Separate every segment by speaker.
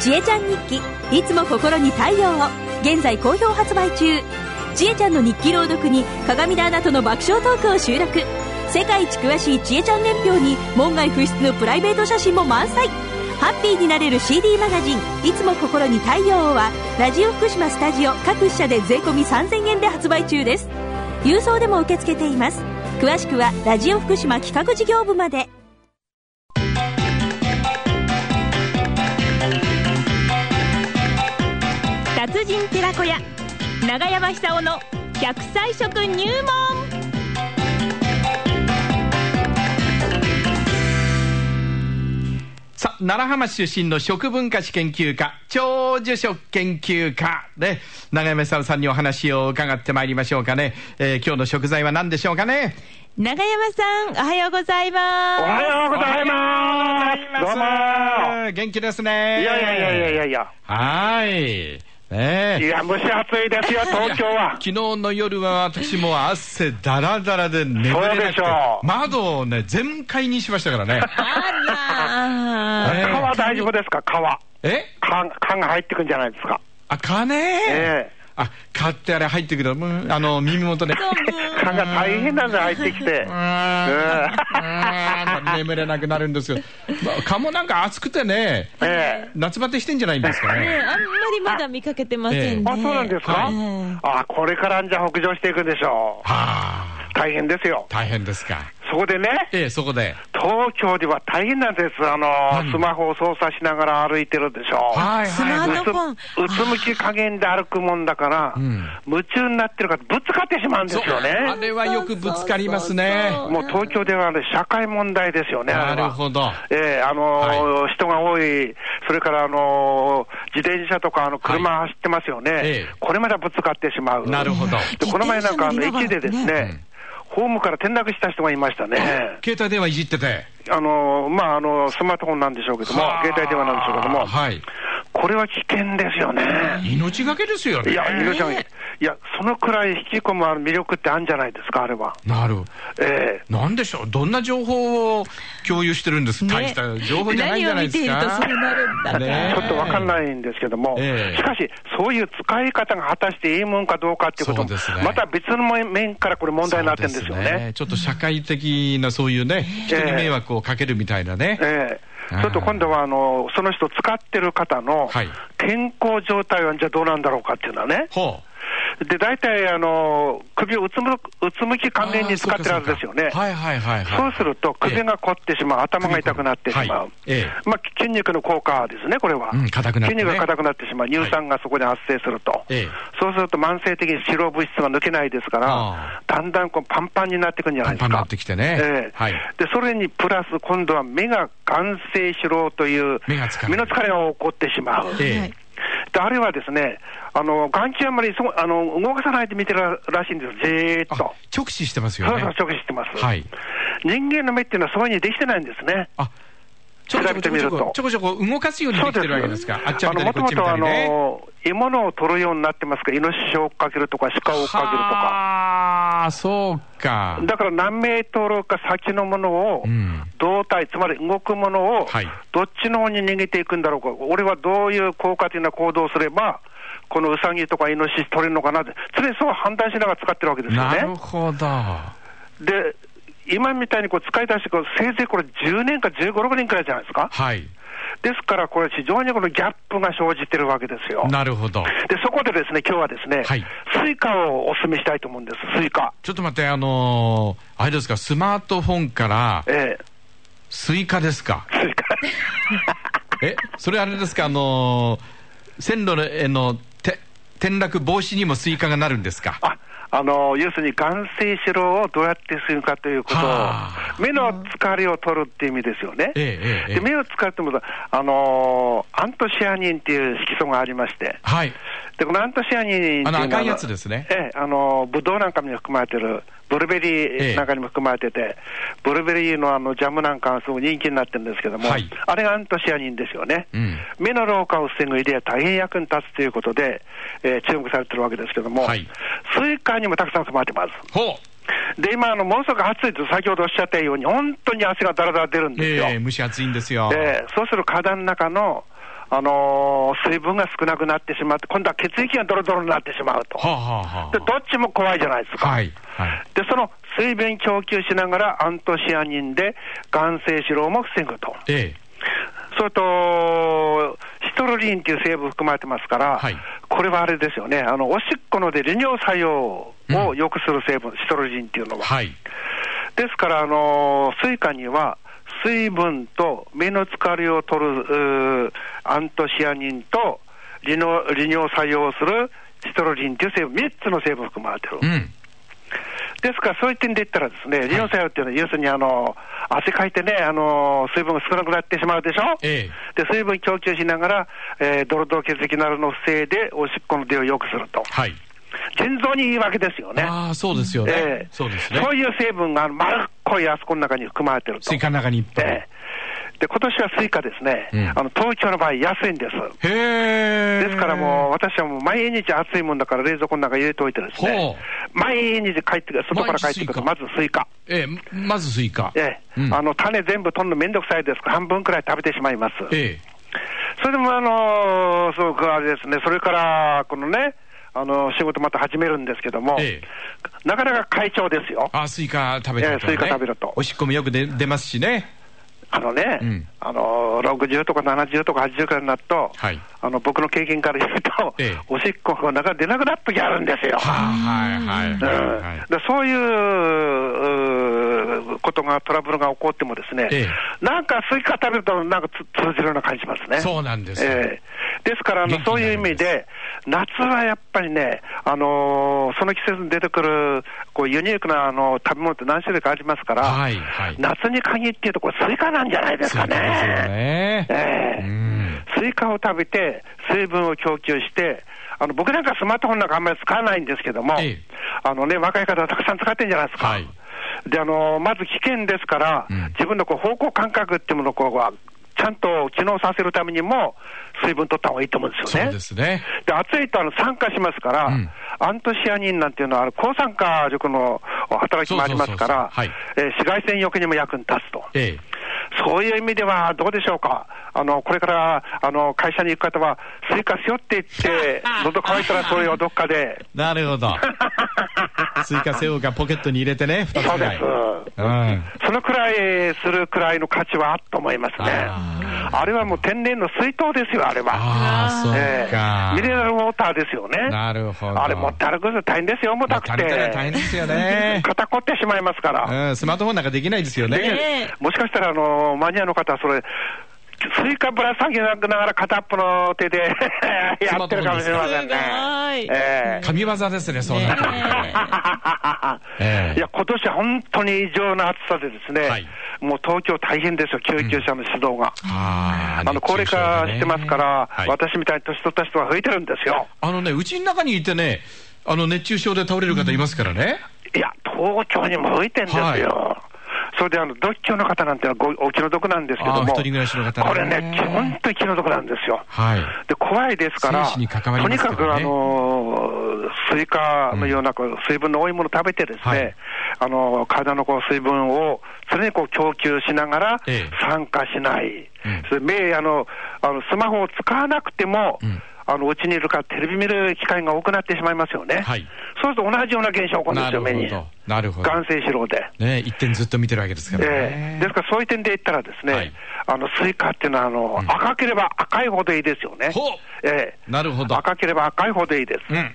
Speaker 1: ちえちゃん日記いつも心に太陽を」現在好評発売中ちえちゃんの日記朗読に鏡田アナとの爆笑トークを収録世界一詳しいちえちゃん年表に門外不出のプライベート写真も満載ハッピーになれる CD マガジン「いつも心に太陽を」はラジオ福島スタジオ各社で税込3000円で発売中です郵送でも受け付けています詳しくはラジオ福島企画事業部まで
Speaker 2: 達人寺子屋長山久夫の百歳食入門
Speaker 3: さあ、奈良浜市出身の食文化史研究家、長寿食研究家で、長山さんさんにお話を伺ってまいりましょうかね。えー今日の食材は何でしょうかね。
Speaker 2: 長山さんおはようござい
Speaker 4: おは
Speaker 2: ま
Speaker 4: ようございます。どうも
Speaker 3: どうも元気ですね。
Speaker 4: いやいやいやいやいやいや。
Speaker 3: はーい。ねえ
Speaker 4: いや、蒸し暑いですよ、東京は。
Speaker 3: 昨日の夜は私もう汗だらだらで眠れな
Speaker 4: そう
Speaker 3: く
Speaker 4: で
Speaker 3: て
Speaker 4: しょ、う
Speaker 3: 窓をね、全開にしましたから ね。
Speaker 2: すあ
Speaker 3: ええ
Speaker 4: 川大丈夫ですか、川。
Speaker 3: え
Speaker 4: 缶缶が入ってくんじゃないですか。
Speaker 3: あ、蚊ね
Speaker 4: ええ
Speaker 3: あ、蚊ってあれ入ってくる。うんあの、耳元ね。
Speaker 4: 缶が大変なんで入ってきて
Speaker 3: う。ーんうーん眠れなくなるんですよ。まあ蚊もなんか暑くてね、
Speaker 4: ええ
Speaker 3: 夏バテしてんじゃないんですか
Speaker 2: らね
Speaker 3: ね。
Speaker 2: あんまりまだ見かけてませんね
Speaker 4: あ、そうなんですか、
Speaker 2: え
Speaker 4: あ、これからんじゃ北上していくんでしょう。
Speaker 3: はあ、
Speaker 4: 大変ですよ。
Speaker 3: 大変ですか。
Speaker 4: そこでね、
Speaker 3: ええ、そこで。
Speaker 4: 東京では大変なんです。あの、
Speaker 3: 何
Speaker 4: スマホを操作しながら歩いてるでしょう。
Speaker 3: はい
Speaker 2: スマ
Speaker 3: は
Speaker 2: ー
Speaker 3: い。
Speaker 2: トフォン
Speaker 4: うつうつむき加減で歩くもんだから、
Speaker 3: ん
Speaker 4: 夢中になってるからぶつかってしまうんです
Speaker 3: そう
Speaker 4: よ
Speaker 3: あ
Speaker 4: ね。
Speaker 3: れはよくぶつかりますね。
Speaker 4: もう東京では、ね、社会問題ですよね、
Speaker 3: な
Speaker 4: あれ
Speaker 3: る
Speaker 4: は。
Speaker 3: ほど。
Speaker 4: ええあのー人が多い、それから、あのー自転車とかあの車走ってますよね、
Speaker 3: ええ
Speaker 4: これまでぶつかってしまう、
Speaker 3: なるほど。
Speaker 4: でこの前なんか、あの
Speaker 2: 自転車乗り
Speaker 4: 駅
Speaker 2: なが
Speaker 4: で
Speaker 2: らね
Speaker 4: ですね、ホームから転落した人がいましたね、
Speaker 3: 携帯電話いじってて。
Speaker 4: あのーまああのースマートフォンなんでしょうけども
Speaker 3: はあ、
Speaker 4: 携帯電話なんでしょうけども、
Speaker 3: はい。
Speaker 4: これは危険ですよね。
Speaker 3: 命がけですよね。
Speaker 4: いや、広島にいや、そのくらい引き込むあの魅力ってあるんじゃないですか、あれは。
Speaker 3: なるほど。
Speaker 4: ええ
Speaker 3: なんでしょう、どんな情報を共有してるんです、大した情報じゃないんじゃないですか。
Speaker 2: 何を見ているとそうなるんだか
Speaker 3: ねえ
Speaker 4: ちょっとわかんないんですけども、
Speaker 3: ええ
Speaker 4: しかし、そういう使い方が果たしていいもんかどうかっていうことも、
Speaker 3: そうですね
Speaker 4: また別の面からこれ、問題になってるんですよ
Speaker 3: そう
Speaker 4: ね。
Speaker 3: ちょっと社会的なそういうね、人に迷惑をかけるみたいなね。
Speaker 4: え
Speaker 3: うん
Speaker 4: えちょっと今度はあのその人、使ってる方の
Speaker 3: はい
Speaker 4: 健康状態はじゃあどうなんだろうかっていうのはね、
Speaker 3: ほ
Speaker 4: で大体あの首をうつむうつむき
Speaker 3: う。
Speaker 4: 関連に使ってるはずですよ
Speaker 3: あ
Speaker 4: ね
Speaker 3: ーそうかそう。かはいはいはいはい。
Speaker 4: そうすると、首が凝ってしまう、頭が痛くなってしま、
Speaker 3: はいうえ
Speaker 4: まあ、筋肉の効果ですね、これは、
Speaker 3: うん硬くなってね
Speaker 4: 筋肉が硬くなってしまう、乳酸がそこで発生すると、
Speaker 3: ええ
Speaker 4: そうすると慢性的に脂肪物質が抜けないですか
Speaker 3: あ
Speaker 4: ら、だんだんこうパンパンになってくるんじゃないです
Speaker 3: パ
Speaker 4: か。
Speaker 3: ンパンになってきてね
Speaker 4: ええ
Speaker 3: はい
Speaker 4: でそれにプラス、今度は目が眼性疲労という、
Speaker 3: 目が疲れる
Speaker 4: の疲れが起こってしまう。
Speaker 3: ええ
Speaker 2: はい
Speaker 4: であれはですね、あの眼球あんまりそあの動かさないで見てるらしいんですよ、じーっ
Speaker 3: あ
Speaker 4: と。、
Speaker 3: 直視してます
Speaker 4: そう
Speaker 3: よ
Speaker 4: そう
Speaker 3: ね。、
Speaker 4: 直視してます。
Speaker 3: はい
Speaker 4: 人間の目っていうのはそういうふうにできてないんですね。
Speaker 3: あ、ちょこちょこちょこちょこちょこちょこ動かすようにできてるわけですか。あっちゃ
Speaker 4: あ
Speaker 3: みた
Speaker 4: の
Speaker 3: りこと
Speaker 4: も
Speaker 3: っ
Speaker 4: も
Speaker 3: ちみ
Speaker 4: と
Speaker 3: た
Speaker 4: あ
Speaker 3: りね。
Speaker 4: の獲物を取るようになってますから、イノシシを追っかけるとか、鹿を追っか
Speaker 3: ああ、そうか
Speaker 4: けるとか、。だから何メートルか先のものを
Speaker 3: うん、
Speaker 4: 胴体、つまり動くものを
Speaker 3: はい、
Speaker 4: どっちの方に逃げていくんだろうか、俺はどういう効果的な行動をすれば、このウサギとかイノシシ取れるのかなって、常にそう判断しながら使ってるわけですよ
Speaker 3: なる
Speaker 4: ね。
Speaker 3: ほど。
Speaker 4: で今みたいにこう使い出してこう、せいぜいこれ10年か15、6年くらいじゃないですか。
Speaker 3: はい。
Speaker 4: ですから、これ、非常にこのギャップが生じてるわけですよ。
Speaker 3: なるほど。
Speaker 4: で、そこでですね、今日はですね、
Speaker 3: はい
Speaker 4: スイカをお勧めしたいと思うんです、スイカ。
Speaker 3: ちょっと待って、あのーあれですか、スマートフォンから、
Speaker 4: ええ
Speaker 3: スイカですか。
Speaker 4: スイカ。
Speaker 3: え、それあれですか、あのー線路のへのて転落防止にもスイカがなるんですか。
Speaker 4: ああの要するに眼性疲労をどうやってするかということを
Speaker 3: はあ、
Speaker 4: 目の疲れを取るっていう意味ですよね。
Speaker 3: ええええええ
Speaker 4: で目を使っても、あのアントシアニンっていう色素がありまして、
Speaker 3: はい。
Speaker 4: でこのアントシアニンっていうのは
Speaker 3: あの赤いやつですね
Speaker 4: ええ、あのブドウなんかにも含まれてる、ブルーベ
Speaker 3: え
Speaker 4: リ
Speaker 3: え
Speaker 4: ーなんかにも含まれてて、ブルーベリーのあのジャムなんかがすごい人気になってるんですけども、
Speaker 3: はい
Speaker 4: あれがアントシアニンですよね。
Speaker 3: うん
Speaker 4: 目の老化を防ぐ上では大変役に立つということで、えー注目されてるわけですけども、
Speaker 3: はい
Speaker 4: スイカにもたくさん含まれてます。
Speaker 3: ほ
Speaker 4: で、今、あのものすごく暑いと先ほどおっしゃったように、本当に汗がだらだら出るん
Speaker 3: う。
Speaker 4: ですよ。
Speaker 3: ええ蒸し暑いんですよ。
Speaker 4: で、そうする体の中の、あのー水分が少なくなってしまって、今度は血液がドロドロになってしまうと。
Speaker 3: はあ、はあはあ
Speaker 4: でどっちも怖いじゃないですか。
Speaker 3: はいはい
Speaker 4: で、その水分供給しながらアントシアニンで、眼性腫瘍も防ぐと。
Speaker 3: ええ
Speaker 4: それと、シトルリンっていう成分含まれてますから、
Speaker 3: はい
Speaker 4: これはあれですよね、あのおしっこので利尿作用を良くする成分、シトルリンっていうのは。
Speaker 3: はい
Speaker 4: ですから、あのスイカには、水分と目の疲れを取るうーアントシアニンと利尿利尿作用をするシトルリンっていう成分、3つの成分含まれてる。
Speaker 3: うん
Speaker 4: ですから、そういう点で言ったらですね、利尿作用っていうのは、要するにあの、汗かいてね、あの、水分が少なくなってしまうでしょ
Speaker 3: え
Speaker 4: で、水分供給しながら、えードロドロ血液などの不正で、おしっこの出を良くすると。
Speaker 3: はい
Speaker 4: 腎臓にいいわけですよね。
Speaker 3: ああそうですよね、そうですね
Speaker 4: そういう成分が丸っこいあそこの中に含まれてると。
Speaker 3: スイカの中にいっぱい、
Speaker 4: ええで、今年はスイカですね、
Speaker 3: うん
Speaker 4: あの東京の場合安いんです。
Speaker 3: へえ
Speaker 4: ですからもう、私はもう毎日暑いもんだから冷蔵庫の中に入れておいてですね
Speaker 3: ほ、
Speaker 4: 毎日帰ってくる、外から帰ってくる、ま
Speaker 3: 毎
Speaker 4: ずスイカ。
Speaker 3: ええまずスイカ
Speaker 4: ええ
Speaker 3: うん
Speaker 4: あの種全部取るのめんどくさいですから、半分くらい食べてしまいます。
Speaker 3: ええ
Speaker 4: それでも、あのすごくあれですね、それから、このね、あの仕事また始めるんですけども、
Speaker 3: ええ
Speaker 4: なかなか会長ですよ。
Speaker 3: あスイカ食べたと、ね
Speaker 4: ええスイカ食べると
Speaker 3: おしっこもよく出出ますしね
Speaker 4: あのね、
Speaker 3: うん
Speaker 4: あの60とか70とか80からになると、
Speaker 3: はい
Speaker 4: あの僕の経験から言うと、
Speaker 3: ええ
Speaker 4: おしっこが中出なくなった時あるんですよ。
Speaker 3: はいはいはい
Speaker 4: うん
Speaker 3: はい、
Speaker 4: でそういううーことが、トラブルが起こってもですね、
Speaker 3: え
Speaker 4: なんかスイカ食べると、なんかつ通じるような感じしますね。
Speaker 3: そうなんですよ
Speaker 4: ええですからあの
Speaker 3: 元、気
Speaker 4: そう
Speaker 3: にな
Speaker 4: いう
Speaker 3: る
Speaker 4: 意
Speaker 3: んです
Speaker 4: 味で、夏はやっぱりね、あのーその季節に出てくるこうユニークなあの食べ物って何種類かありますから、
Speaker 3: はいはい
Speaker 4: 夏に限っていうと、これ、スイカなんじゃないです
Speaker 3: スイカ
Speaker 4: か
Speaker 3: ですよね、
Speaker 4: ええ
Speaker 3: うん
Speaker 4: スイカを食べて、水分を供給して、あの僕なんかスマートフォンなんかあんまり使わないんですけども、
Speaker 3: ええ
Speaker 4: あのね、若い方はたくさん使ってるんじゃないですか。
Speaker 3: はい
Speaker 4: であのまず危険ですから、
Speaker 3: うん
Speaker 4: 自分のこう方向感覚っていうものをこうちゃんと機能させるためにも、水分取った方がいいと思うんです
Speaker 3: そ
Speaker 4: よね。
Speaker 3: うですね
Speaker 4: で暑いとあの酸化しますから、
Speaker 3: うん
Speaker 4: アントシアニンなんていうのは、あの抗酸化力の働きもありますか
Speaker 3: そうそうそうそ
Speaker 4: ら
Speaker 3: うはい、
Speaker 4: えー紫外線抑にも役に立つと。
Speaker 3: ええ
Speaker 4: そういう意味ではどうでしょうか、あのこれからあの会社に行く方は、スイカ背負っていって、喉乾いたらそれをどっかで、
Speaker 3: なるほ どスイカ背負うかポケットに入れてね2つ
Speaker 4: そう
Speaker 3: ぐら
Speaker 4: で
Speaker 3: い
Speaker 4: す。
Speaker 3: うん
Speaker 4: そのくらいするくらいの価値はあると思いますね。
Speaker 3: あ
Speaker 4: あれはもう天然の水筒ですよ、あれは。
Speaker 3: ああそう
Speaker 4: え
Speaker 3: か、
Speaker 4: えミネラルウォーターですよね。
Speaker 3: なるほど
Speaker 4: あれ持って歩くの大変ですよ、重たく
Speaker 3: まあ
Speaker 4: て。
Speaker 3: 足りたら大変ですよね
Speaker 4: 肩こってしまいますから。
Speaker 3: うん、スマートフォンなんかできないですよね。
Speaker 2: ええ
Speaker 4: もしかしたら、あの、マニアの方はそれ、スイカぶら下げながら片っぽの手で やってるかもしれませんね。
Speaker 2: すごい
Speaker 4: ええ
Speaker 3: 神業ですね、そうなってくるとねええ
Speaker 4: いや、今年は本当に異常な暑さでですね、
Speaker 3: はい
Speaker 4: もう東京大変ですよ、救急車の指導が。
Speaker 3: あー
Speaker 4: あの、高齢化してますから、
Speaker 3: はい
Speaker 4: 私みたいに年取った人は増えてるんですよ。
Speaker 3: あのね、うちの中にいてね、あの熱中症で倒れる方いますからね。
Speaker 4: いや、東京にも増えてんですよ。
Speaker 3: はい
Speaker 4: それであの、独居の方なんてのはごお気の毒なんですけど
Speaker 3: あー
Speaker 4: も、
Speaker 3: 一人暮らしの方ね
Speaker 4: これね、本当に気の毒なんですよ。
Speaker 3: はい。
Speaker 4: で怖いですから、
Speaker 3: 生死に関わりま
Speaker 4: とに
Speaker 3: すか
Speaker 4: から
Speaker 3: ね
Speaker 4: く、あのスイカのような、こう水分の多いものを食べて、ですね、
Speaker 3: はい
Speaker 4: あの体のこう水分を常にこう供給しながら
Speaker 3: ええ、
Speaker 4: 酸化しない、
Speaker 3: うん
Speaker 4: それ目あのあのスマホを使わなくても、
Speaker 3: うん
Speaker 4: あのうちにいるからテレビ見る機会が多くなってしまいますよね、
Speaker 3: はい
Speaker 4: そうすると同じような現象起こるんで
Speaker 3: な
Speaker 4: すよ、
Speaker 3: る
Speaker 4: 目に
Speaker 3: ほ。ど。なるほど。
Speaker 4: 眼性疲労で。
Speaker 3: ね、一点ずっと見てるわけですから
Speaker 4: ええ
Speaker 3: ね。
Speaker 4: ですから、そういう点で言ったら、ですね、
Speaker 3: はい
Speaker 4: あのスイカっていうのはあの、赤ければ赤いほどいいですよね。
Speaker 3: ほう
Speaker 4: ええ
Speaker 3: なるほど
Speaker 4: 赤ければ赤いほどいいです。
Speaker 3: うん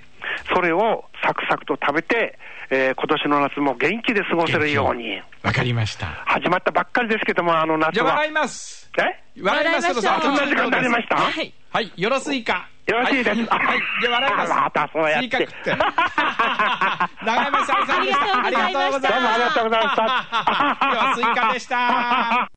Speaker 4: それをサクサクと食べて、えー今年の夏も元気で過ごせるように、
Speaker 3: わかりました。
Speaker 4: 始まったばっかりですけども、あの
Speaker 3: じ
Speaker 4: 夏
Speaker 3: ゃあ
Speaker 4: は。
Speaker 3: 笑います。
Speaker 4: え
Speaker 3: 笑いますけどさ、
Speaker 4: そ
Speaker 2: 笑いましょう
Speaker 4: んな時間になりました
Speaker 2: はい
Speaker 3: はい、よろスイカ。
Speaker 4: よろしいです
Speaker 3: ははい、じゃあ笑います。
Speaker 4: あまたそうやって
Speaker 3: スイカ食って。 長山さんさんでした。
Speaker 2: ありがと
Speaker 3: あ
Speaker 2: うございました
Speaker 3: りがとうございました。
Speaker 4: どうもありがとうございました
Speaker 3: 今日はスイカでした。